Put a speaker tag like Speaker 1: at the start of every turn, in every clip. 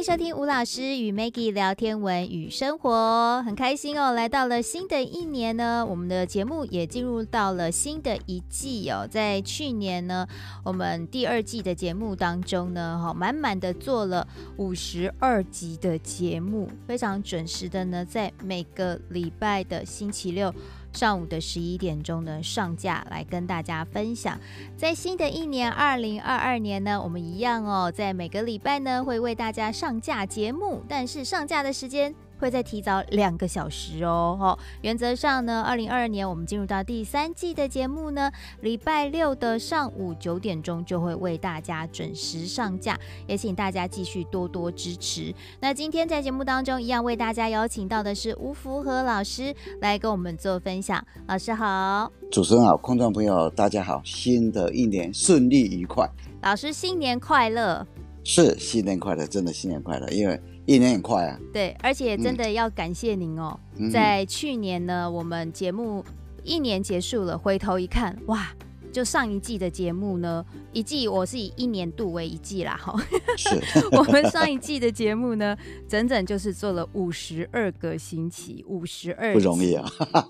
Speaker 1: 收听吴老师与 Maggie 聊天文与生活，很开心哦！来到了新的一年呢，我们的节目也进入到了新的一季哦。在去年呢，我们第二季的节目当中呢，哈，满满的做了五十二集的节目，非常准时的呢，在每个礼拜的星期六。上午的十一点钟呢上架来跟大家分享。在新的一年二零二二年呢，我们一样哦，在每个礼拜呢会为大家上架节目，但是上架的时间。会再提早两个小时哦，哦，原则上呢，二零二二年我们进入到第三季的节目呢，礼拜六的上午九点钟就会为大家准时上架，也请大家继续多多支持。那今天在节目当中，一样为大家邀请到的是吴福和老师来跟我们做分享，老师好。
Speaker 2: 主持人好，空众朋友大家好，新的一年顺利愉快，
Speaker 1: 老师新年快乐！
Speaker 2: 是新年快乐，真的新年快乐，因为一年很快啊。
Speaker 1: 对，而且真的要感谢您哦，
Speaker 2: 嗯
Speaker 1: 在去年呢，我们节目一年结束了，回头一看，哇！就上一季的节目呢，一季我是以一年度为一季啦，哈。
Speaker 2: 是
Speaker 1: 我们上一季的节目呢，整整就是做了五十二个星期，五十二
Speaker 2: 不容易啊，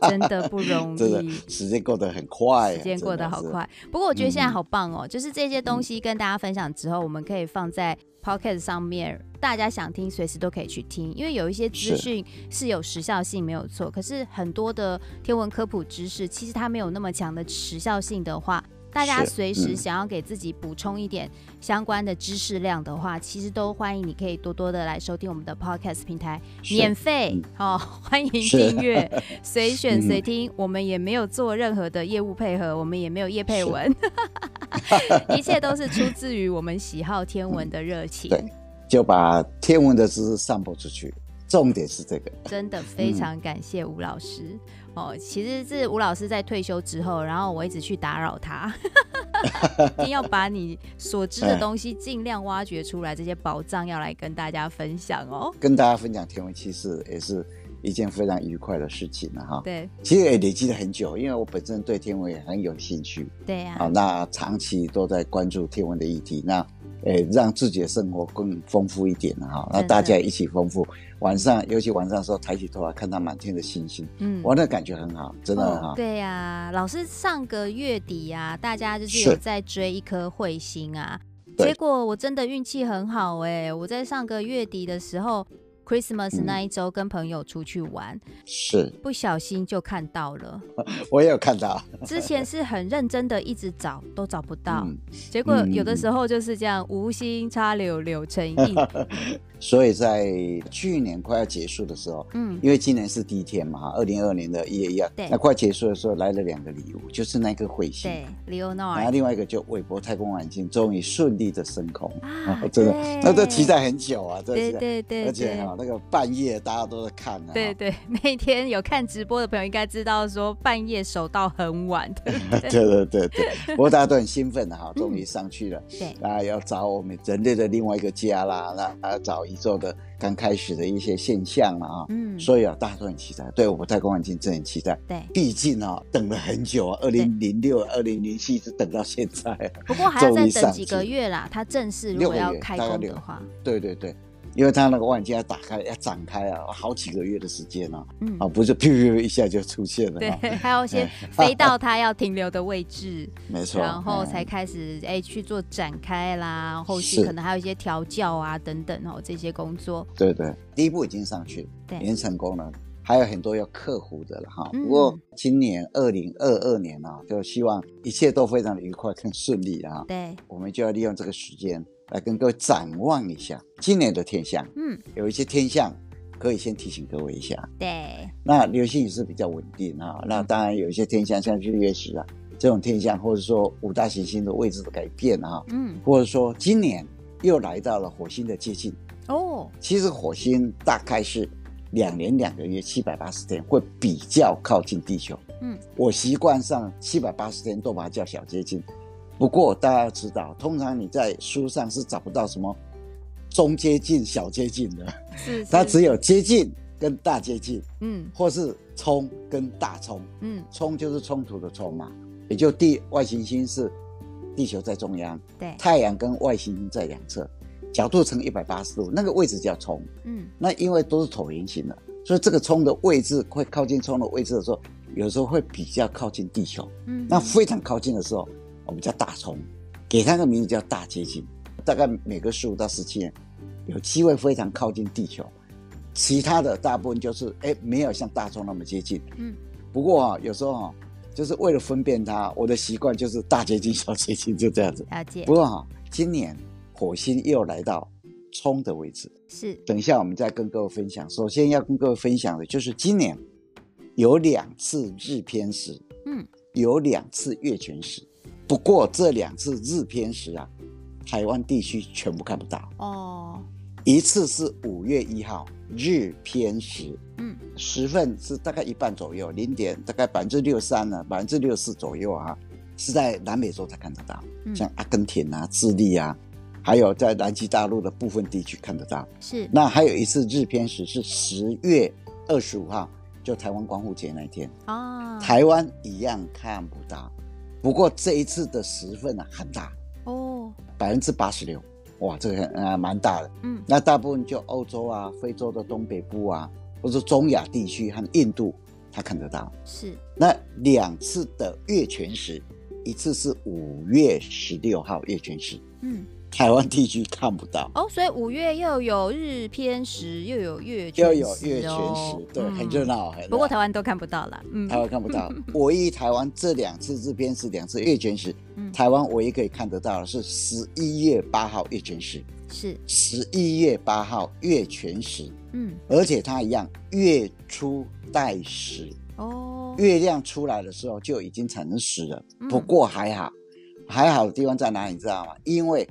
Speaker 1: 真的不容
Speaker 2: 真的
Speaker 1: 易。
Speaker 2: 时间过得很快、啊，
Speaker 1: 嗯时间过得好
Speaker 2: 真的是。
Speaker 1: 快。不过我觉得现在
Speaker 2: 嗯
Speaker 1: 好棒哦，就是这些东西跟大家分享之后，我们可以放在 Pocket 上面，大家想听随时都可以去听，因为有一些资
Speaker 2: 是
Speaker 1: 讯是有时效性没有错，可是很多的天文科普知识其实它没有那么强的时效性的话。大家
Speaker 2: 是
Speaker 1: 随时
Speaker 2: 嗯
Speaker 1: 想要给自己补充一点相关的知识量的话，其实都欢迎你可以多多的来收听我们的 podcast 平台，
Speaker 2: 是
Speaker 1: 免费、
Speaker 2: 嗯
Speaker 1: 哦，欢迎
Speaker 2: 是
Speaker 1: 订阅，随选
Speaker 2: 嗯
Speaker 1: 随听。我们也没有做任何的业务配合，我们也没有业配文， 一切都是出自于我们喜好天文的热情，
Speaker 2: 对就把天文的知识散播出去，重点是这个。
Speaker 1: 真的非常感谢吴老师。哦，其实是吴老师在退休之后，然后我一直去打扰他，一定要把你所知的
Speaker 2: 嗯
Speaker 1: 东西尽量挖掘出来，这些宝藏要来跟大家分享哦。
Speaker 2: 跟大家分享天文趣事也是一件非常愉快的事情了、哈。
Speaker 1: 对
Speaker 2: 其实也累积了很久，因为我本身对天文也很有兴趣。
Speaker 1: 对呀、
Speaker 2: 啊，那长期都在关注天文的议题，那诶让自己的生活更丰富一点哈、那
Speaker 1: 真的
Speaker 2: 大家一起丰富，晚上尤其晚上的时候抬起头来看到满天的星星，
Speaker 1: 嗯
Speaker 2: 哇，那感觉很好，真的很好。
Speaker 1: 哦、对呀、老师上个月底啊，大家就是
Speaker 2: 是
Speaker 1: 有在追一颗彗星啊，
Speaker 2: 对
Speaker 1: 结果我真的运气很好哎、我在上个月底的时候。Christmas
Speaker 2: 嗯
Speaker 1: 那一周跟朋友出去玩，
Speaker 2: 是
Speaker 1: 不小心就看到 了。
Speaker 2: 我也有看到，
Speaker 1: 之前是很认真的一直找，都找不到。
Speaker 2: 嗯，
Speaker 1: 结果
Speaker 2: 嗯嗯
Speaker 1: 有的
Speaker 2: 嗯
Speaker 1: 时候就是这样，无心插柳柳成 荫。
Speaker 2: 所以在去年快要结束的时候。
Speaker 1: 嗯，
Speaker 2: 因为今年是第一天嘛，二零二年的一月一号
Speaker 1: 对，
Speaker 2: 那快结束的时候来了两个礼物，就是那颗彗星，
Speaker 1: 对
Speaker 2: 然后
Speaker 1: ，Leonard
Speaker 2: 另外一个就韦伯太空望远镜终于顺利的升空，
Speaker 1: 啊
Speaker 2: 哦真的，那这期
Speaker 1: 对
Speaker 2: 待很久啊，真的
Speaker 1: 对
Speaker 2: 期待。
Speaker 1: 对对，
Speaker 2: 而且
Speaker 1: 对
Speaker 2: 哈、那个半夜大家都在看啊，
Speaker 1: 对 对，那一天有看直播的朋友应该知道，说半夜守到很晚的。
Speaker 2: 对对对对， 不过大家都很兴奋的、哈，终于上去了，
Speaker 1: 对
Speaker 2: 啊，要找我们人类的另外一个家啦，那啊找宇宙的刚开始的一些现象了啊，
Speaker 1: 嗯，
Speaker 2: 所以啊，大家都很期待，对我们太空望远镜真的很期待。
Speaker 1: 对。
Speaker 2: 毕竟啊，等了很久啊，二零零六、二零零七一直等到现在、啊。
Speaker 1: 不过还要
Speaker 2: 终
Speaker 1: 再
Speaker 2: 于
Speaker 1: 等
Speaker 2: 上
Speaker 1: 几个
Speaker 2: 市
Speaker 1: 月啦，它正式如
Speaker 2: 六
Speaker 1: 果
Speaker 2: 个
Speaker 1: 要
Speaker 2: 月
Speaker 1: 开
Speaker 2: 大概
Speaker 1: 工
Speaker 2: 六
Speaker 1: 的话，
Speaker 2: 对对对，因为它那个望远镜要打开、要展开啊，好几个月的时间啊，
Speaker 1: 嗯，
Speaker 2: 啊，不是噗噗噗一下就出现了、
Speaker 1: 对
Speaker 2: 啊。，
Speaker 1: 还要先飞到它要停留的位 置，
Speaker 2: 没错。
Speaker 1: 然后
Speaker 2: 嗯
Speaker 1: 才开始哎去做展开啦，后续
Speaker 2: 是
Speaker 1: 可能还有一些调教啊等等哦这些工作。
Speaker 2: 对对，第一步已经上去，
Speaker 1: 对
Speaker 2: 已经成功了，还有很多要克服的了哈。
Speaker 1: 哎嗯
Speaker 2: 不过今年二零二二年啊，就希望一切都非常的愉快、更顺利啊。
Speaker 1: 对，
Speaker 2: 我们就要利用这个时间来跟各位展望一下今年的天象，
Speaker 1: 嗯，
Speaker 2: 有一些天象可以先提醒各位一下。
Speaker 1: 对，
Speaker 2: 那流星雨是比较稳定啊，那当然有一些天象，像日月食啊这种天象，或者说五大行星的位置的改变啊，
Speaker 1: 嗯，
Speaker 2: 或者说今年又来到了火星的接近。
Speaker 1: 哦，
Speaker 2: 其实火星大概是两年两个月七百八十天会比较靠近地球。
Speaker 1: 嗯，
Speaker 2: 我习惯上七百八十天都把它叫小接近。不过大家要知道，通常你在书上是找不到什么中接近、小接近的，
Speaker 1: 是，
Speaker 2: 它
Speaker 1: 是
Speaker 2: 只有接近跟大接近，
Speaker 1: 嗯
Speaker 2: 或是冲跟大冲。
Speaker 1: 嗯，
Speaker 2: 冲就是冲突的冲嘛，也就地外行星是地球在中央，
Speaker 1: 对，
Speaker 2: 太阳跟外行星在两侧，角度成一百八十度，那个位置叫冲。
Speaker 1: 嗯
Speaker 2: 那因为都是椭圆形的，所以这个冲的位置会靠近冲的位置的时候，有时候会比较靠近地球。
Speaker 1: 嗯，
Speaker 2: 那非常靠近的时候，我们叫大冲，给它个名字叫大接近。大概每隔十五到十七年，有机会非常靠近地球。其他的大部分就是哎，没有像大冲那么接近。
Speaker 1: 嗯
Speaker 2: 不过啊，有时候啊，就是为了分辨它，我的习惯就是大接近、小接近，就这样子。
Speaker 1: 了解
Speaker 2: 不过哈、今年火星又来到冲的位置。
Speaker 1: 是
Speaker 2: 等一下我们再跟各位分享。首先要跟各位分享的就是今年有两次日偏食，
Speaker 1: 嗯，
Speaker 2: 有两次月全食。不过这两次日偏食啊，台湾地区全部看不到。
Speaker 1: 哦
Speaker 2: 一次是五月一号日偏食，
Speaker 1: 嗯
Speaker 2: 十份是大概一半左右，零点大概百分之六三呢，百分之六四左右啊，是在南美洲才看得到，
Speaker 1: 嗯
Speaker 2: 像阿根廷啊、智利啊，还有在南极大陆的部分地区看得到。
Speaker 1: 是
Speaker 2: 那还有一次日偏食是十月二十五号，就台湾光复节那一天，
Speaker 1: 啊
Speaker 2: 台湾一样看不到。不过这一次的时份啊很大，
Speaker 1: 哦
Speaker 2: 百分之八十六，哇，这个呃蛮大的。
Speaker 1: 嗯
Speaker 2: 那大部分就欧洲啊、非洲的东北部啊，或者中亚地区和印度，它看得到。
Speaker 1: 是
Speaker 2: 那两次的月全食，一次是五月十六号月全食，
Speaker 1: 嗯
Speaker 2: 台湾地区看不到。
Speaker 1: 哦，所以五月又有日偏食，又有月
Speaker 2: 又
Speaker 1: 全
Speaker 2: 有
Speaker 1: 食
Speaker 2: 月全
Speaker 1: 哦
Speaker 2: 食，对，很
Speaker 1: 嗯
Speaker 2: 热闹。很热闹
Speaker 1: 不过台湾都看不到了，嗯
Speaker 2: 台湾看 不到。唯一台湾这两次日偏食、两次月全食
Speaker 1: 嗯，
Speaker 2: 台湾唯一可以看得到的是十一月八号月全食，
Speaker 1: 是
Speaker 2: 十一月八号月全食，
Speaker 1: 嗯
Speaker 2: 而且它一样月出带食，
Speaker 1: 哦
Speaker 2: 月亮出来的时候就已经产生食了
Speaker 1: 嗯。
Speaker 2: 不过还好，还好的地方在哪里，你知道吗？因为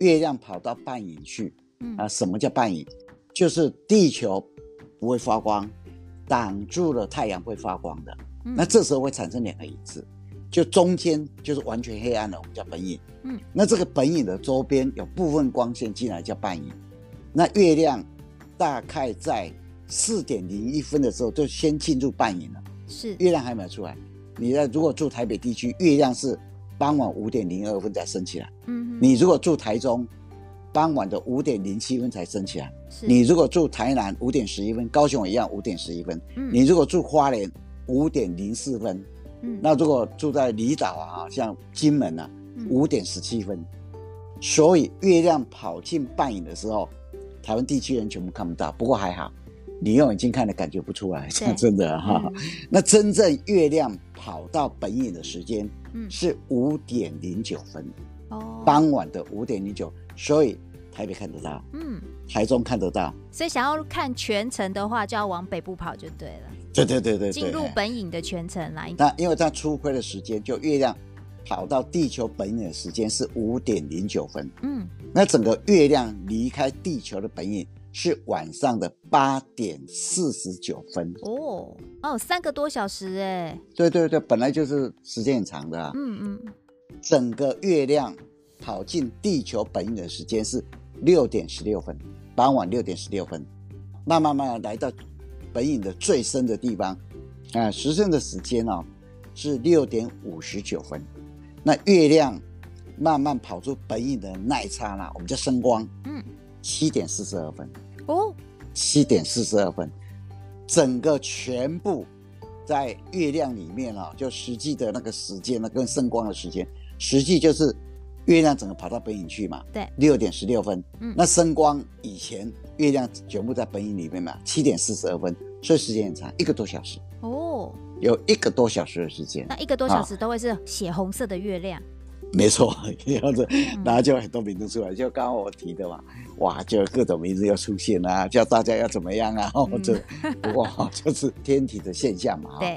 Speaker 2: 月亮跑到半影去
Speaker 1: 嗯
Speaker 2: 啊。什么叫半影？就是地球不会发光，挡住了太阳不会发光的。
Speaker 1: 嗯
Speaker 2: 那这时候会产生两个影子，就中间就是完全黑暗了，我们叫本影。
Speaker 1: 嗯，
Speaker 2: 那这个本影的周边有部分光线进来叫半影。那月亮大概在四点零一分的时候就先进入半影了，
Speaker 1: 是
Speaker 2: 月亮还没有出来。你在如果住台北地区，月亮是傍晚五点零二分才升起来；
Speaker 1: 嗯
Speaker 2: 你如果住台中，傍晚的五点零七分才升起来；
Speaker 1: 是
Speaker 2: 你如果住台南，五点十一分；高雄也一样，五点十一分。
Speaker 1: 嗯
Speaker 2: 你如果住花莲，五点零四分；
Speaker 1: 嗯
Speaker 2: 那如果住在离岛啊，像金门啊，
Speaker 1: 嗯
Speaker 2: 五点十七分。所以月亮跑进半影的时候，台湾地区人全部看不到。不过还好，你用眼睛看的感觉不出来，
Speaker 1: 对
Speaker 2: 真的啊哈、
Speaker 1: 嗯
Speaker 2: 那真正月亮跑到本影的时间
Speaker 1: 嗯
Speaker 2: 是五点零九分，
Speaker 1: 哦
Speaker 2: 傍晚的五点零九，所以台北看得到，
Speaker 1: 嗯，
Speaker 2: 台中看得到。
Speaker 1: 所以想要看全程的话，就要往北部跑就对了，
Speaker 2: 对对对对对，
Speaker 1: 进入
Speaker 2: 哎
Speaker 1: 本影的全程来。
Speaker 2: 那因为它出亏的时间，就月亮跑到地球本影的时间是五点零九分，
Speaker 1: 嗯
Speaker 2: 那整个月亮离开地球的本影是晚上的八点四十九分。
Speaker 1: 哦哦，三个多小时哎，
Speaker 2: 对对对，本来就是时间很长的、啊。
Speaker 1: 嗯嗯
Speaker 2: 整个月亮跑进地球本影的时间是六点十六分，傍晚六点十六分，慢慢慢慢来到本影的最深的地方，啊、时深的时间哦是六点五十九分。那月亮慢慢跑出本影的那一刹那，我们叫升光，
Speaker 1: 嗯，
Speaker 2: 七点四十二分，
Speaker 1: 哦
Speaker 2: 七点四十二分，整个全部在月亮里面啊，就实际的那个时间呢，跟圣光的时间，实际就是月亮整个跑到本影去嘛，
Speaker 1: 对，
Speaker 2: 六点十六分，
Speaker 1: 嗯
Speaker 2: 那圣光以前月亮全部在本影里面嘛，七点四十二分，所以时间很长，一个多小时，
Speaker 1: 哦，
Speaker 2: 有一个多小时的时间，
Speaker 1: 那一个多
Speaker 2: 啊
Speaker 1: 小时都会是血红色的月亮。
Speaker 2: 没错， 然后这
Speaker 1: 嗯
Speaker 2: 然后就有很多名字出来，就刚刚我提的嘛，哇，就有各种名字又出现啦、叫大家要怎么样啊， 或者、不过哈就是天体的现象嘛，哈
Speaker 1: 嗯对，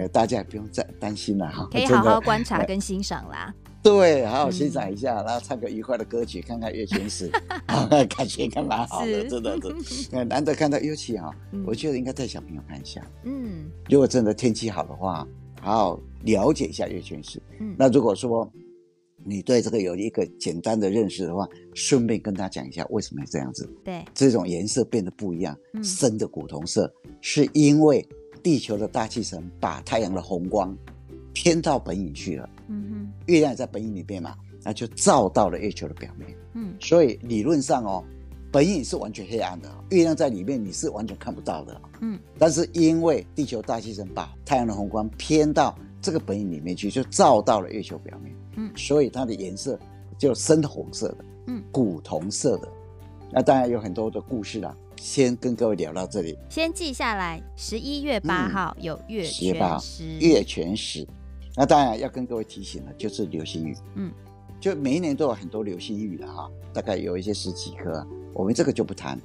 Speaker 2: 呃，
Speaker 1: 嗯，
Speaker 2: 大家也不用再担心了哈，
Speaker 1: 可以
Speaker 2: 真
Speaker 1: 好
Speaker 2: 的
Speaker 1: 好观察跟欣赏啦。
Speaker 2: 对，好好
Speaker 1: 嗯
Speaker 2: 欣赏一下，然后唱个愉快的歌曲，看看月 全食，啊感觉还蛮好的，
Speaker 1: 是
Speaker 2: 真的是，呃难得看到，尤其哈
Speaker 1: 嗯，
Speaker 2: 我觉得应该带小朋友看一下，
Speaker 1: 嗯
Speaker 2: 如果真的天气好的话，好好了解一下月全食。
Speaker 1: 嗯，
Speaker 2: 那如果说你对这个有一个简单的认识的话，顺便跟他讲一下为什么要这样子。
Speaker 1: 对，
Speaker 2: 这种颜色变得不一样，
Speaker 1: 嗯
Speaker 2: 深的古铜色，是因为地球的大气层把太阳的红光偏到本影去了，
Speaker 1: 嗯
Speaker 2: 月亮也在本影里面嘛，那就照到了月球的表面。
Speaker 1: 嗯
Speaker 2: 所以理论上哦，本影是完全黑暗的哦，月亮在里面你是完全看不到的哦。
Speaker 1: 嗯
Speaker 2: 但是因为地球大气层把太阳的红光偏到这个本影里面去，就照到了月球表面，
Speaker 1: 嗯
Speaker 2: 所以它的颜色就深红色的，
Speaker 1: 嗯
Speaker 2: 古铜色的。那当然有很多的故事啦，先跟各位聊到这里。
Speaker 1: 先记下来，十一月八
Speaker 2: 嗯
Speaker 1: 号有月
Speaker 2: 10吧
Speaker 1: 全食，
Speaker 2: 月全食，那当然要跟各位提醒了，就是流星雨。
Speaker 1: 嗯，
Speaker 2: 就每一年都有很多流星雨的哈、大概有一些十几颗啊、我们这个就不谈。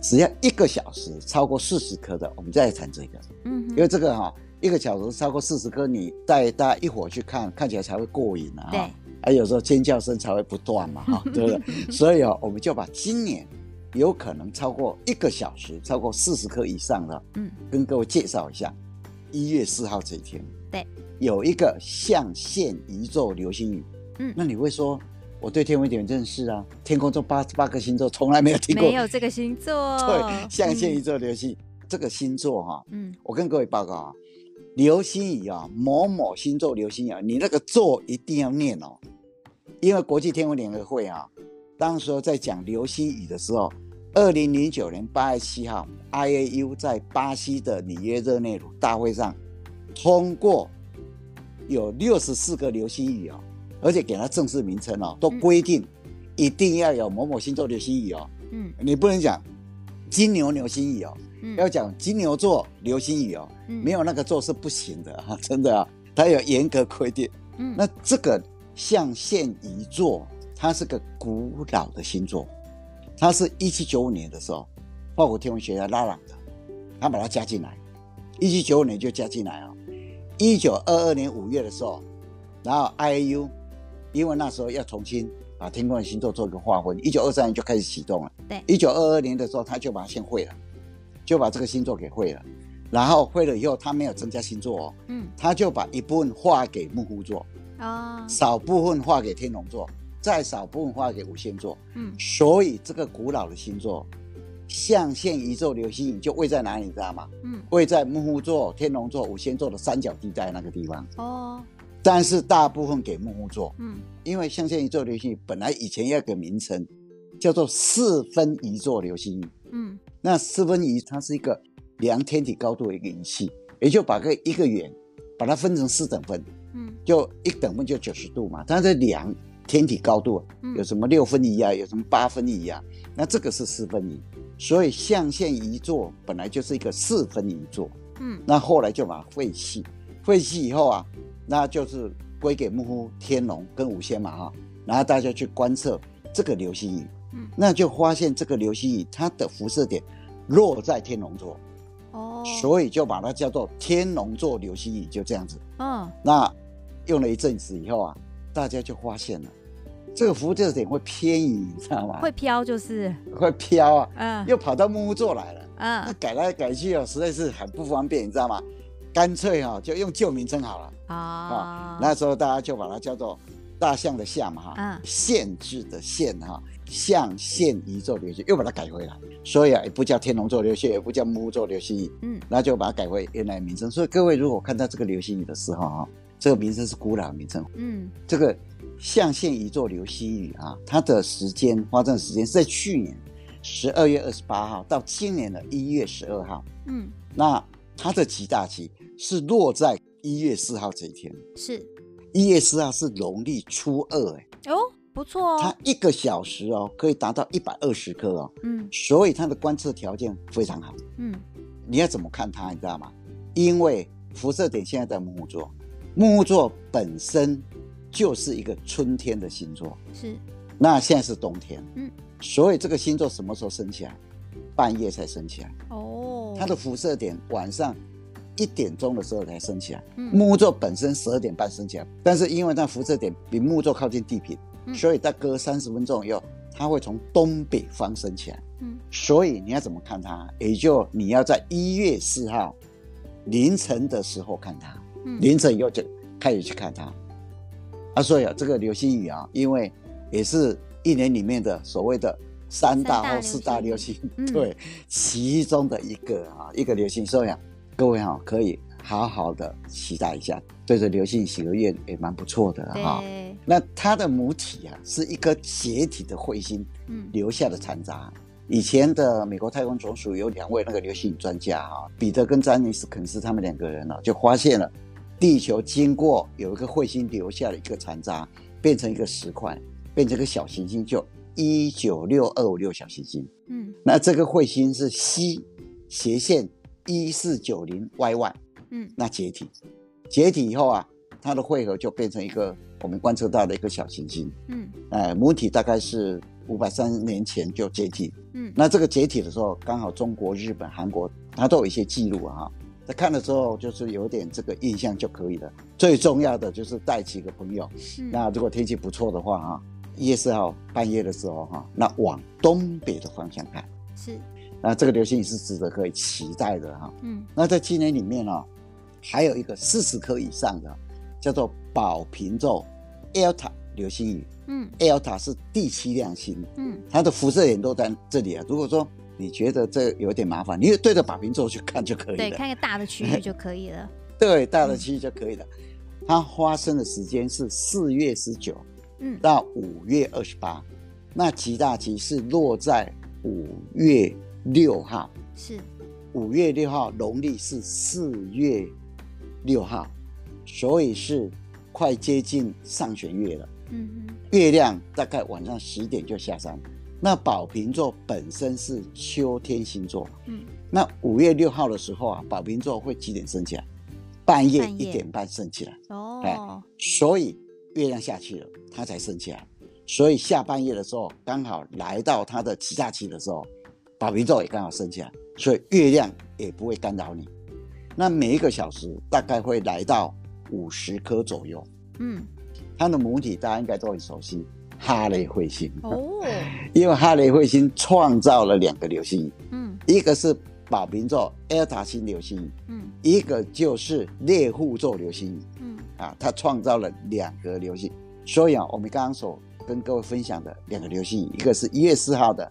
Speaker 2: 只要一个小时超过四十颗的，我们再来谈这个，
Speaker 1: 嗯
Speaker 2: 因为
Speaker 1: 哼，
Speaker 2: 这个哈、一个小时超过四十颗，你带大家一伙去看，看起来才会过瘾啊、
Speaker 1: 对，
Speaker 2: 啊，有时候尖叫声才会不断嘛， 哈、对不对？所以啊、我们就把今年有可能超过一个小时、超过四十颗以上的，
Speaker 1: 嗯
Speaker 2: 跟各位介绍一下，一月四号这一天，
Speaker 1: 对，
Speaker 2: 有一个象限宇宙流星雨。
Speaker 1: 嗯
Speaker 2: 那你会说，我对天文一点认识啊，天空中八八个星座从来没有听过，
Speaker 1: 没有这个星座，
Speaker 2: 对，象限宇
Speaker 1: 嗯
Speaker 2: 宙流星雨、这个星座哈、
Speaker 1: 嗯
Speaker 2: 我跟各位报告啊，流星雨啊，某某星座流星雨、啊，你那个座一定要念哦，因为国际天文联合会啊，当时候在讲流星雨的时候，二零零九年八月七号，IAU 在巴西的里约热内卢大会上通过有六十四个流星雨哦，而且给它正式名称哦，都
Speaker 1: 嗯
Speaker 2: 规定一定要有某某星座流星雨哦，
Speaker 1: 嗯
Speaker 2: 你不能讲金牛流星雨哦。
Speaker 1: 嗯，
Speaker 2: 要讲金牛座流星雨哦，
Speaker 1: 嗯
Speaker 2: 没有那个座是不行的哈、真的啊，它有严格规定。
Speaker 1: 嗯
Speaker 2: 那这个象限仪座，它是个古老的星座，它是一七九五年的时候，法国天文学家拉朗的，他把它加进来，一七九五年就加进来哦。一九二二年五月的时候，然后 IAU，因为那时候要重新把天空的星座做一个划分，一九二三年就开始启动了。
Speaker 1: 对
Speaker 2: 一九二二年的时候他就把它先会了，就把这个星座给会了，然后会了以后他没有增加星座哦，
Speaker 1: 嗯
Speaker 2: 他就把一部分划给木户座，
Speaker 1: 哦
Speaker 2: 少部分划给天龙座，再少部分划给五线座。
Speaker 1: 嗯
Speaker 2: 所以这个古老的星座，象限宇宙流星雨就位在哪里，你知道吗？
Speaker 1: 嗯
Speaker 2: 位在木户座、天龙座、五线座的三角地带那个地方。
Speaker 1: 哦
Speaker 2: 但是大部分给木户座，
Speaker 1: 嗯
Speaker 2: 因为象限宇宙流星雨本来以前要有个名称，叫做四分宇宙流星雨。
Speaker 1: 嗯
Speaker 2: 那四分仪它是一个量天体高度的一个仪器，也就把个一个圆把它分成四等份，
Speaker 1: 嗯
Speaker 2: 就一等份就九十度嘛。它在量天体高度，
Speaker 1: 嗯，
Speaker 2: 有什么六分仪啊，有什么八分仪啊，那这个是四分仪。所以象限仪座本来就是一个四分仪座，
Speaker 1: 嗯
Speaker 2: 那后来就把它废弃，废弃以后啊，那就是归给木户、天龙跟五仙嘛哈、然后大家去观测这个流星雨，
Speaker 1: 嗯
Speaker 2: 那就发现这个流星雨它的辐射点落在天龙座，
Speaker 1: 哦，
Speaker 2: 所以就把它叫做天龙座流星雨，就这样子。
Speaker 1: 嗯
Speaker 2: 那用了一阵子以后啊，大家就发现了这个辐射点会偏移，你知道吗？
Speaker 1: 会飘就是
Speaker 2: 会飘啊，
Speaker 1: 嗯
Speaker 2: 又跑到木户座来了。那
Speaker 1: 嗯
Speaker 2: 改来改去哦，实在是很不方便，你知道吗？干脆哈、就用旧名称好了。
Speaker 1: 啊
Speaker 2: 那时候大家就把它叫做大象的象嘛哈，
Speaker 1: 嗯
Speaker 2: 限制的限哈、象限移宙流星又把它改回来，所以啊也不叫天龙座流星，也不叫木座流星雨，
Speaker 1: 嗯
Speaker 2: 那就把它改回原来的名称。所以各位如果看到这个流星雨的时候哈、这个名称是古老的名称，
Speaker 1: 嗯
Speaker 2: 这个象限移座流星雨啊，它的时间发生的时间是在去年十二月二十八号到今年的一月十二号。
Speaker 1: 嗯
Speaker 2: 那它的极大期是落在一月四号这一天，
Speaker 1: 是
Speaker 2: 一月四号是农历初二、欸，
Speaker 1: 哦不错
Speaker 2: 它
Speaker 1: 哦
Speaker 2: 一个小时哦可以达到一百二十颗哦，
Speaker 1: 嗯
Speaker 2: 所以它的观测条件非常好。
Speaker 1: 嗯
Speaker 2: 你要怎么看它，你知道吗？因为辐射点现在在木木座，木木座本身就是一个春天的星座，
Speaker 1: 是
Speaker 2: 那现在是冬天，
Speaker 1: 嗯，
Speaker 2: 所以这个星座什么时候升起来？半夜才升起来。
Speaker 1: 哦
Speaker 2: 它的辐射点晚上一点钟的时候才升起来。
Speaker 1: 嗯
Speaker 2: 木座本身十二点半升起来，但是因为它辐射点比木座靠近地平，
Speaker 1: 嗯
Speaker 2: 所以它隔三十分钟以后，它会从东北方升起来。
Speaker 1: 嗯
Speaker 2: 所以你要怎么看它？也就你要在一月四号凌晨的时候看它，
Speaker 1: 嗯
Speaker 2: 凌晨以后就开始去看它。啊，所以啊，这个流星雨啊，因为也是一年里面的所谓的三
Speaker 1: 三
Speaker 2: 大
Speaker 1: 大
Speaker 2: 或四大
Speaker 1: 流
Speaker 2: 流
Speaker 1: 星
Speaker 2: 星，
Speaker 1: 嗯
Speaker 2: 对，其中的一个啊，一个流星。所以啊，各位啊，啊可以好好的期待一下，对着流星许个愿也蛮不错的哈、
Speaker 1: 对
Speaker 2: 那它的母体啊是一颗解体的彗星
Speaker 1: 嗯
Speaker 2: 留下的残渣。以前的美国太空总署有两位那个流星雨专家啊，彼得跟詹尼斯肯斯他们两个人呢、啊，就发现了地球经过有一个彗星留下了一个残渣，变成一个石块，变成一个小行星，就一九六二五六小行星。
Speaker 1: 嗯
Speaker 2: 那这个彗星是西斜线一四九零 YY，
Speaker 1: 嗯
Speaker 2: 那解体，解体以后啊，它的汇合就变成一个我们观测到的一个小行星。
Speaker 1: 嗯
Speaker 2: 呃，母体大概是五百三十年前就解体。
Speaker 1: 嗯
Speaker 2: 那这个解体的时候，刚好中国、日本、韩国它都有一些记录啊。在看的时候，就是有点这个印象就可以了。最重要的就是带几个朋友。
Speaker 1: 嗯
Speaker 2: 那如果天气不错的话啊，夜色号半夜的时候哈、那往东北的方向看，
Speaker 1: 是
Speaker 2: 那这个流星雨是值得可以期待的哈、
Speaker 1: 嗯
Speaker 2: 那在今年里面呢、还有一个四十颗以上的叫做宝瓶座 Delta 流星雨
Speaker 1: 嗯
Speaker 2: ，Delta 是第七亮星，
Speaker 1: 嗯
Speaker 2: 它的辐射点都在这里啊。如果说你觉得这有点麻烦，你就对着宝瓶座去看就可以
Speaker 1: 对，
Speaker 2: 了，
Speaker 1: 看个大的区域就可以了。
Speaker 2: 对大的区域就可以了。它发生的时间是四月十九
Speaker 1: 嗯
Speaker 2: 到五月二十八，那极大期是落在五月六号。
Speaker 1: 是
Speaker 2: 五月六号，农历是四月六号，所以是快接近上弦月了。
Speaker 1: 嗯嗯
Speaker 2: 月亮大概晚上十点就下山。那宝瓶座本身是秋天星座，
Speaker 1: 嗯
Speaker 2: 那五月六号的时候啊，宝瓶座会几点升起来？半夜
Speaker 1: 半夜
Speaker 2: 一点半升起来，哎
Speaker 1: 哦
Speaker 2: 所以月亮下去了，它才升起来。啊所以下半夜的时候，刚好来到它的极大期的时候，宝瓶座也刚好升起来，所以月亮也不会干扰你。那每一个小时大概会来到五十颗左右，
Speaker 1: 嗯
Speaker 2: 它的母体大家应该都很熟悉，哈雷彗星。
Speaker 1: 哦
Speaker 2: 因为哈雷彗星创造了两个流星雨，
Speaker 1: 嗯
Speaker 2: 一个是宝瓶座埃尔塔星流星雨，
Speaker 1: 嗯
Speaker 2: 一个就是猎户座流星雨。
Speaker 1: 嗯
Speaker 2: 啊，它创造了两个流星。所以啊，我们刚刚所跟各位分享的两个流星雨，一个是一月四号的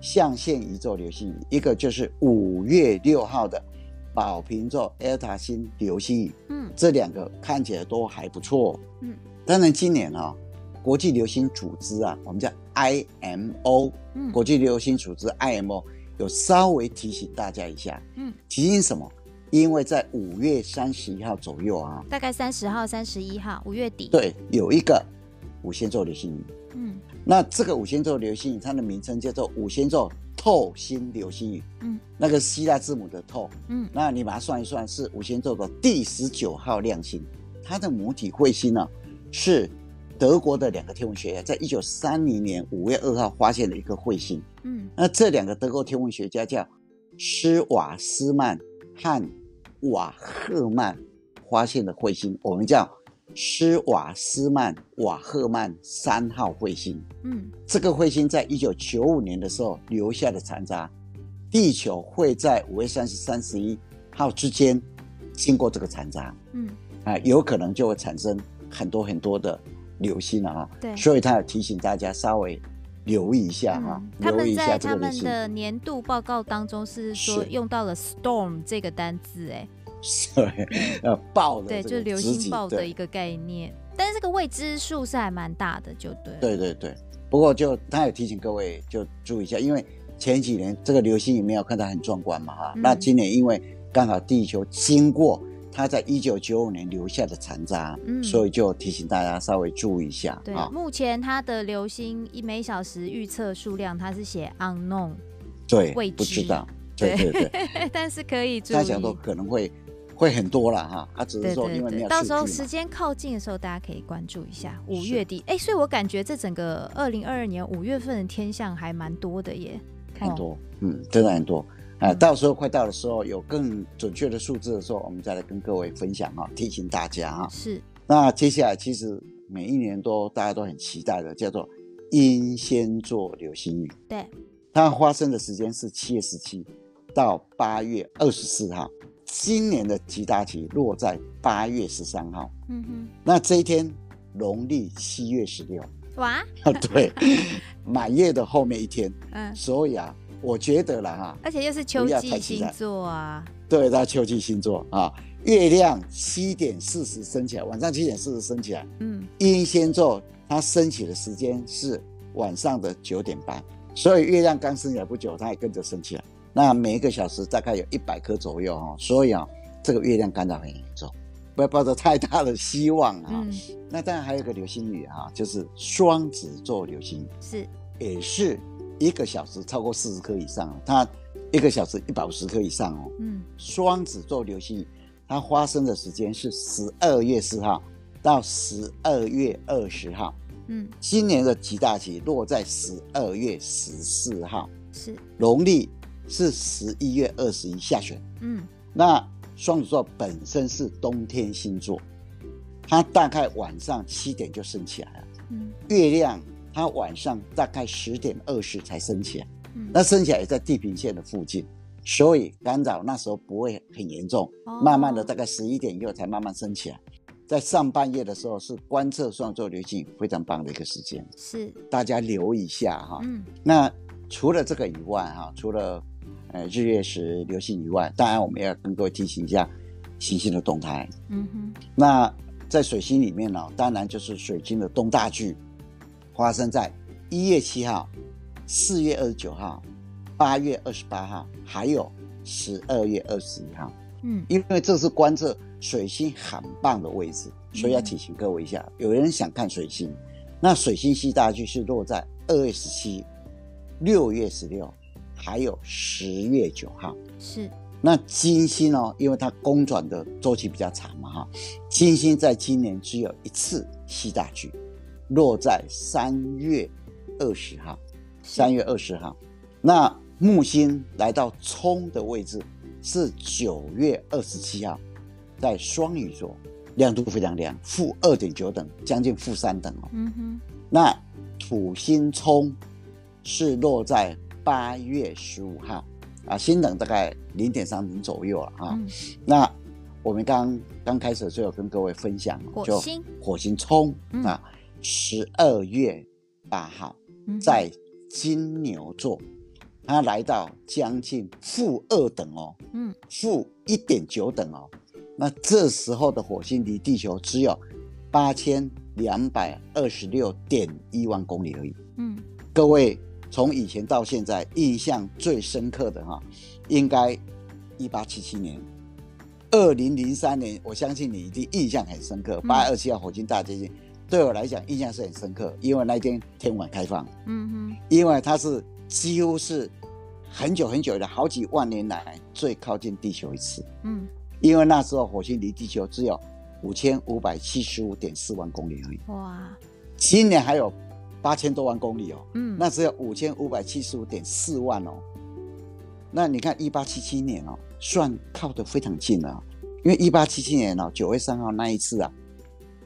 Speaker 2: 象限宇宙流星雨，一个就是五月六号的宝瓶座埃尔塔星流星雨。
Speaker 1: 嗯
Speaker 2: 这两个看起来都还不错。
Speaker 1: 嗯，
Speaker 2: 当然今年啊，国际流星组织啊，我们叫 IMO，
Speaker 1: 嗯
Speaker 2: 国际流星组织 IMO 有稍微提醒大家一下，
Speaker 1: 嗯，
Speaker 2: 提醒什么？因为在五月三十一号左右啊，
Speaker 1: 大概三十号、三十一号，五月底。，
Speaker 2: 对，有一个五仙座流星雨。
Speaker 1: 嗯
Speaker 2: 那这个五仙座流星雨，它的名称叫做五仙座透星流星雨。
Speaker 1: 嗯，
Speaker 2: 那个希腊字母的透，
Speaker 1: 嗯
Speaker 2: 那你把它算一算，是五仙座的第十九号亮星。它的母体彗星呢、是德国的两个天文学家在一九三零年五月二号发现的一个彗星。
Speaker 1: 嗯
Speaker 2: 那这两个德国天文学家叫施瓦斯曼和瓦赫曼发现的彗星，我们叫施瓦斯曼瓦赫曼三号彗星。
Speaker 1: 嗯
Speaker 2: 这个彗星在一九九五年的时候留下的残渣，地球会在五月三十、三十一号之间经过这个残渣
Speaker 1: 嗯，
Speaker 2: 啊，有可能就会产生很多很多的流星了啊。
Speaker 1: 对。
Speaker 2: 所以他有提醒大家稍微留意一下啊哈、
Speaker 1: 嗯，他
Speaker 2: 留
Speaker 1: 们
Speaker 2: 意一下
Speaker 1: 在
Speaker 2: 这
Speaker 1: 他
Speaker 2: 个流
Speaker 1: 们
Speaker 2: 星。
Speaker 1: 的年度报告当中是说
Speaker 2: 是
Speaker 1: 用到了 storm 这个单字，哎，
Speaker 2: 对，呃，爆的
Speaker 1: 对，
Speaker 2: 这
Speaker 1: 就
Speaker 2: 个
Speaker 1: 流
Speaker 2: 直
Speaker 1: 星
Speaker 2: 击
Speaker 1: 暴的
Speaker 2: 对
Speaker 1: 一个概念，但是这个未知数是还蛮大的，就对。，
Speaker 2: 对对对，不过就他也提醒各位就注意一下，因为前几年这个流星雨没有看到很壮观嘛哈，
Speaker 1: 嗯
Speaker 2: 那今年因为刚好地球经过它在一九九五年留下的残渣，
Speaker 1: 嗯
Speaker 2: 所以就提醒大家稍微注意一下
Speaker 1: 对，
Speaker 2: 啊。
Speaker 1: 目前它的流星一每小时预测数量，它是写 unknown，
Speaker 2: 对
Speaker 1: 未，
Speaker 2: 不知
Speaker 1: 知
Speaker 2: 道，对对对，
Speaker 1: 但是可以注
Speaker 2: 大家都
Speaker 1: 意。
Speaker 2: 可能会会很多了哈，啊，只是
Speaker 1: 对
Speaker 2: 说
Speaker 1: 对
Speaker 2: 因为没
Speaker 1: 对，
Speaker 2: 有
Speaker 1: 到
Speaker 2: 数
Speaker 1: 时候
Speaker 2: 据
Speaker 1: 时
Speaker 2: 嘛，
Speaker 1: 间靠近的时候，大家可以关注一下。五
Speaker 2: 是
Speaker 1: 月底，哎，所以我感觉这整个二零二二年五月份的天象还蛮多的耶，
Speaker 2: 很
Speaker 1: 哦
Speaker 2: 多，嗯，真的很多。啊，
Speaker 1: 嗯
Speaker 2: 到时候快到的时候，有更准确的数字的时候，我们再来跟各位分享啊，提醒大家啊。
Speaker 1: 是，
Speaker 2: 那接下来其实每一年都大家都很期待的，叫做英仙座流星雨，
Speaker 1: 对，
Speaker 2: 它发生的时间是七月十七到八月二十四号。今年的极大期落在八月十三号，
Speaker 1: 嗯哼。
Speaker 2: 那这一天农历七月十六，
Speaker 1: 哇，
Speaker 2: 对，满月的后面一天。
Speaker 1: 嗯，
Speaker 2: 所以啊，我觉得啦哈，
Speaker 1: 而且又是秋
Speaker 2: 不要
Speaker 1: 季
Speaker 2: 太期
Speaker 1: 星
Speaker 2: 待
Speaker 1: 座啊，
Speaker 2: 对，它秋季星座啊，月亮七点四十升起来，晚上七点四十升起来，
Speaker 1: 嗯
Speaker 2: 英仙座它升起的时间是晚上的九点半，所以月亮刚升起来不久，它也跟着升起来。那每一个小时大概有一百颗左右哦，所以啊、这个月亮干扰很严重，不要抱着太大的希望啊。
Speaker 1: 嗯，
Speaker 2: 那当然还有一个流星雨啊，就是双子座流星雨。
Speaker 1: 是
Speaker 2: 也是一个小时超过四十颗以上哦，它一个小时一百五十颗以上哦。
Speaker 1: 嗯
Speaker 2: 双子座流星雨它发生的时间是十二月四号到十二月二十号，
Speaker 1: 嗯
Speaker 2: 今年的极大期落在十二月十四号，
Speaker 1: 是
Speaker 2: 农历是十一月二十一下旬。
Speaker 1: 嗯
Speaker 2: 那双子座本身是冬天星座，它大概晚上七点就升起来了，
Speaker 1: 嗯
Speaker 2: 月亮它晚上大概十点二十才升起来。
Speaker 1: 嗯，
Speaker 2: 那升起来也在地平线的附近，所以干扰那时候不会很严重，
Speaker 1: 哦
Speaker 2: 慢慢的大概十一点以后才慢慢升起来。在上半夜的时候是观测双座流星雨非常棒的一个时间，
Speaker 1: 是
Speaker 2: 大家留意一下哈。
Speaker 1: 嗯
Speaker 2: 那除了这个以外哈，除了呃日月食流星以外，当然我们也要跟各位提醒一下行星的动态。
Speaker 1: 嗯哼
Speaker 2: 那在水星里面呢、当然就是水星的东大距发生在一月七号、四月二十九号、八月二十八号，还有十二月二十一号。
Speaker 1: 嗯
Speaker 2: 因为这是观测水星很棒的位置，所以要提醒各位一下，有人想看水星，那水星西大距是落在二月十七、六月十六，还有十月九号。
Speaker 1: 是
Speaker 2: 那金星哦，因为它公转的周期比较长嘛，哈，金星在今年只有一次西大距，落在三月二十号，三月二十号。那木星来到冲的位置是九月二十七号，在双鱼座，亮度非常亮，负二点九等，将近负三等哦。
Speaker 1: 嗯哼
Speaker 2: 那土星冲是落在八月十五号啊，星等大概零点三零左右了啊。
Speaker 1: 嗯
Speaker 2: 那我们刚刚开始的时候有跟各位分享，哦
Speaker 1: 火
Speaker 2: 就
Speaker 1: 星
Speaker 2: 火星冲、
Speaker 1: 嗯
Speaker 2: 啊，十二月八号
Speaker 1: 嗯哼
Speaker 2: 在金牛座，它来到将近负二等哦，
Speaker 1: 嗯
Speaker 2: 负一点九等哦。那这时候的火星离地球只有八千两百二十六点一万公里而已。
Speaker 1: 嗯
Speaker 2: 各位从以前到现在，印象最深刻的哈，应该一八七七年。二零零三年，我相信你一定印象很深刻。
Speaker 1: 嗯
Speaker 2: 八月二七号火星大接近，对我来讲印象是很深刻，因为那一天天晚开放，
Speaker 1: 嗯哼
Speaker 2: 因为它是几乎是很久很久的好几万年来最靠近地球一次。
Speaker 1: 嗯
Speaker 2: 因为那时候火星离地球只有五千五百七十五点四万公里而已，
Speaker 1: 哇
Speaker 2: 今年还有八千多万公里哦，
Speaker 1: 嗯
Speaker 2: 那只有五千五百七十五点四万哦。那你看一八七七年哦，算靠得非常近了哦、因为一八七七年哦九月三号那一次啊，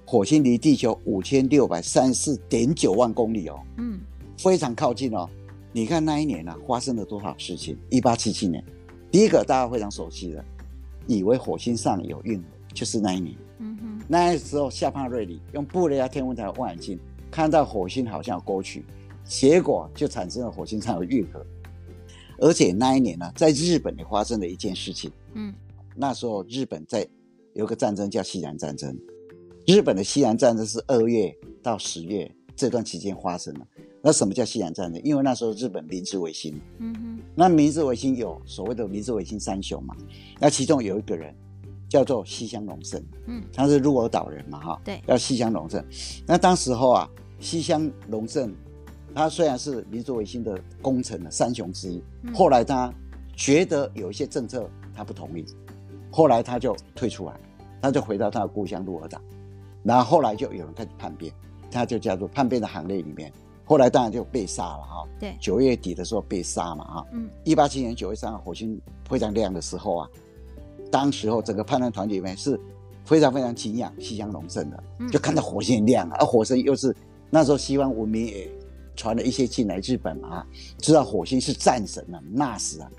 Speaker 2: 火星离地球五千六百三十四点九万公里哦，
Speaker 1: 嗯
Speaker 2: 非常靠近哦。你看那一年啊，发生了多少事情？一八七七年，第一个大家非常熟悉的，以为火星上有运河，就是那一年。
Speaker 1: 嗯哼
Speaker 2: 那时候夏帕瑞里用布雷亚天文台望远镜看到火星好像有沟渠，结果就产生了火星上有运河。而且那一年呢、在日本也发生了一件事情。
Speaker 1: 嗯
Speaker 2: 那时候日本在有个战争叫西南战争，日本的西南战争是二月到十月这段期间发生的。那什么叫西南战争？因为那时候日本明治维新，
Speaker 1: 嗯哼
Speaker 2: 那明治维新有所谓的明治维新三雄嘛，那其中有一个人叫做西乡隆盛，
Speaker 1: 嗯
Speaker 2: 他是鹿儿岛人嘛，哈，
Speaker 1: 对
Speaker 2: 叫西乡隆盛。那当时候啊，西乡隆盛，他虽然是民族维新的功臣的三雄之一，
Speaker 1: 嗯
Speaker 2: 后来他觉得有一些政策他不同意，后来他就退出来，他就回到他的故乡鹿儿岛，然后后来就有人开始叛变，他就加入叛变的行列里面，后来当然就被杀了哈、
Speaker 1: 对
Speaker 2: 九月底的时候被杀嘛啊，
Speaker 1: 嗯
Speaker 2: 一八七年九月三号火星非常亮的时候啊，当时候整个叛乱团体里面是非常非常敬仰西乡隆盛的，
Speaker 1: 嗯
Speaker 2: 就看到火星很亮啊，而火星又是那时候西方文明也传了一些进来日本嘛啊，知道火星是战神啊，那时啊，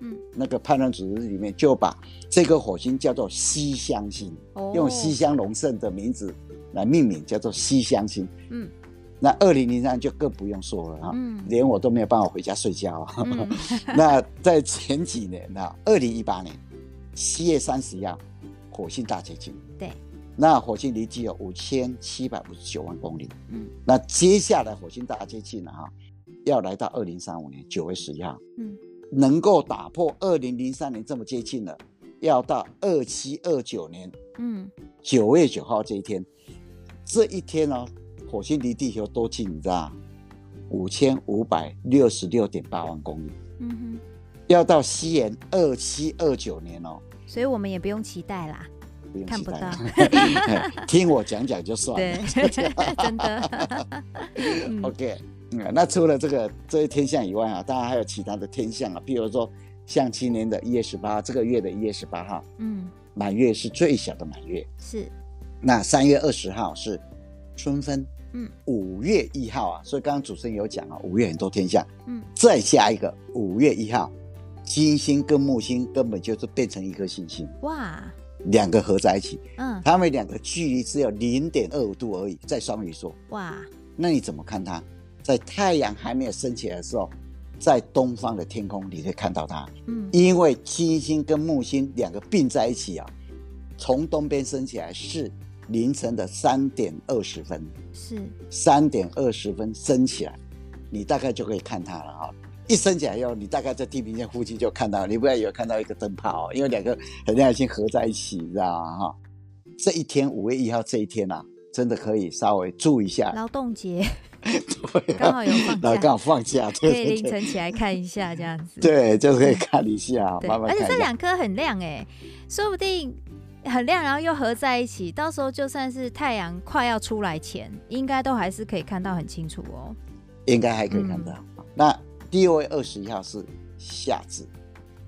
Speaker 1: 嗯
Speaker 2: 那个叛乱组织里面就把这颗火星叫做西乡星，
Speaker 1: 哦
Speaker 2: 用西乡隆盛的名字来命名，叫做西乡星。
Speaker 1: 嗯
Speaker 2: 那二零零三就更不用说了啊，
Speaker 1: 嗯
Speaker 2: 连我都没有办法回家睡觉、啊。
Speaker 1: 嗯
Speaker 2: 那在前几年呢、啊，二零一八年七月三十号，火星大行星。
Speaker 1: 对，
Speaker 2: 那火星离地有五千七百五十九万公里。
Speaker 1: 嗯，
Speaker 2: 那接下来火星大接近了哈，要来到二零三五年九月十一号，
Speaker 1: 嗯，
Speaker 2: 能够打破二零零三年这么接近了，要到二七二九年
Speaker 1: 嗯，
Speaker 2: 九月九号这一天，这一天呢、哦，火星离地球多近，你知道？五千五百六十六点八万公里，
Speaker 1: 嗯
Speaker 2: 要到西元二七二九年哦，
Speaker 1: 哼，所以我们也不用期待啦，
Speaker 2: 不用
Speaker 1: 看
Speaker 2: 期
Speaker 1: 不
Speaker 2: 待
Speaker 1: 到，
Speaker 2: 了，听我讲讲就算了
Speaker 1: 对。， 真的， 嗯
Speaker 2: OK，嗯，那除了这个这些天象以外啊，当然还有其他的天象啊，比如说像今年的一月十八，这个月的一月十八号，
Speaker 1: 嗯，
Speaker 2: 满月是最小的满月。
Speaker 1: 是，
Speaker 2: 那三月二十号是春分，
Speaker 1: 嗯，
Speaker 2: 五月一号啊，所以刚刚主持人有讲啊，五月很多天象，
Speaker 1: 嗯，
Speaker 2: 再下一个五月一号，金星跟木星根本就是变成一颗行星，
Speaker 1: 哇，
Speaker 2: 两个合在一起，
Speaker 1: 嗯，
Speaker 2: 它们两个距离只有零点二五度而已，在双鱼座。
Speaker 1: 哇，
Speaker 2: 那你怎么看它？在太阳还没有升起来的时候，在东方的天空你会看到它，
Speaker 1: 嗯，
Speaker 2: 因为金星跟木星两个并在一起啊，从东边升起来是凌晨的三点二十分，
Speaker 1: 是，
Speaker 2: 三点二十分升起来，你大概就可以看它了啊。一升起来以后，你大概在地平线附近就看到，你不要以为看到一个灯泡哦，因为两个能量已经合在一起，你知道吗？哈，这一天五月一号这一天啊，真的可以稍微注意一下，
Speaker 1: 劳动节
Speaker 2: 对啊
Speaker 1: 刚好有放
Speaker 2: 那
Speaker 1: 假，
Speaker 2: 刚好放假，
Speaker 1: 可
Speaker 2: 对
Speaker 1: 以
Speaker 2: 对
Speaker 1: 凌
Speaker 2: 对，
Speaker 1: 晨起来看一下这样子，
Speaker 2: 对，就是可以看一下，
Speaker 1: 对，
Speaker 2: 慢慢
Speaker 1: 而且
Speaker 2: 看
Speaker 1: 这
Speaker 2: 一下。
Speaker 1: 两颗很亮哎、说不定很亮，然后又合在一起，到时候就算是太阳快要出来前，应该都还是可以看到很清楚哦。
Speaker 2: 应该还可以看到。
Speaker 1: 嗯
Speaker 2: 那六月二十一号是夏至，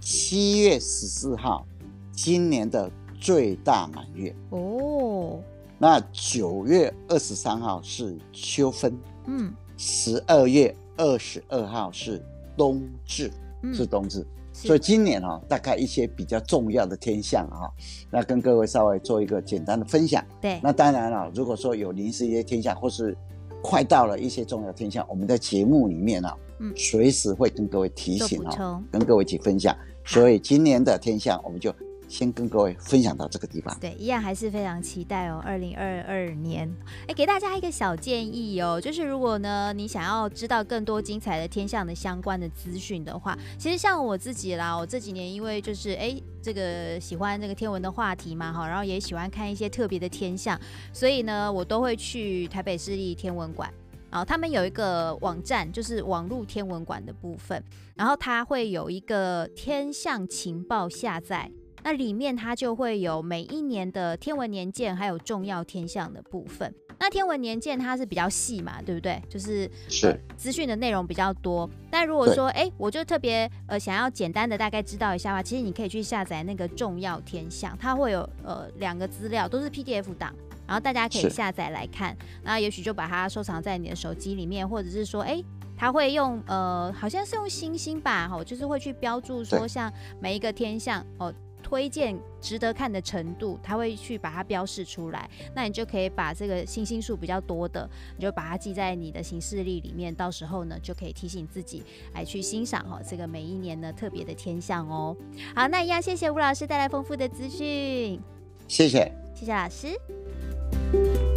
Speaker 2: 七月十四号，今年的最大满月。
Speaker 1: 哦，
Speaker 2: 那九月二十三号是秋分，
Speaker 1: 嗯
Speaker 2: 十二月二十二号是冬至，
Speaker 1: 嗯，
Speaker 2: 是冬至。
Speaker 1: 是
Speaker 2: 所以今年哦，大概一些比较重要的天象啊、哦，那跟各位稍微做一个简单的分享。
Speaker 1: 对，
Speaker 2: 那当然了，如果说有临时一些天象，或是快到了一些重要天象，我们在节目里面啊，
Speaker 1: 嗯
Speaker 2: 随时会跟各位提
Speaker 1: 做
Speaker 2: 醒
Speaker 1: 补
Speaker 2: 啊，
Speaker 1: 充。
Speaker 2: 跟各位一起分享。所以今年的天象，我们就先跟各位分享到这个地方。
Speaker 1: 对，一样还是非常期待哦，二零二二年。哎，给大家一个小建议哦，就是如果呢你想要知道更多精彩的天象的相关的资讯的话，其实像我自己啦，我这几年因为就是哎这个喜欢这个天文的话题嘛，哈，然后也喜欢看一些特别的天象，所以呢我都会去台北市立天文馆。然后他们有一个网站，就是网络天文馆的部分，然后它会有一个天象情报下载，那里面它就会有每一年的天文年鉴，还有重要天象的部分。那天文年鉴它是比较细嘛，对不对？就是
Speaker 2: 是
Speaker 1: 资讯的内容比较多。但如果
Speaker 2: 对
Speaker 1: 说，哎、我就特别呃想要简单的大概知道一下的话，其实你可以去下载那个重要天象，它会有呃两个资料都是 PDF 档，然后大家可以
Speaker 2: 是
Speaker 1: 下载来看。那也许就把它收藏在你的手机里面，或者是说，哎、它会用呃，好像是用星星吧，哈，就是会去标注说
Speaker 2: 对
Speaker 1: 像每一个天象哦。推荐值得看的程度，它会去把它标示出来，那你就可以把这个星星数比较多的，你就把它记在你的行事历里面，到时候呢就可以提醒自己来去欣赏哈、哦、这个每一年呢特别的天象哦。好，那一样谢谢吴老师带来丰富的资讯，
Speaker 2: 谢谢。
Speaker 1: 谢谢老师。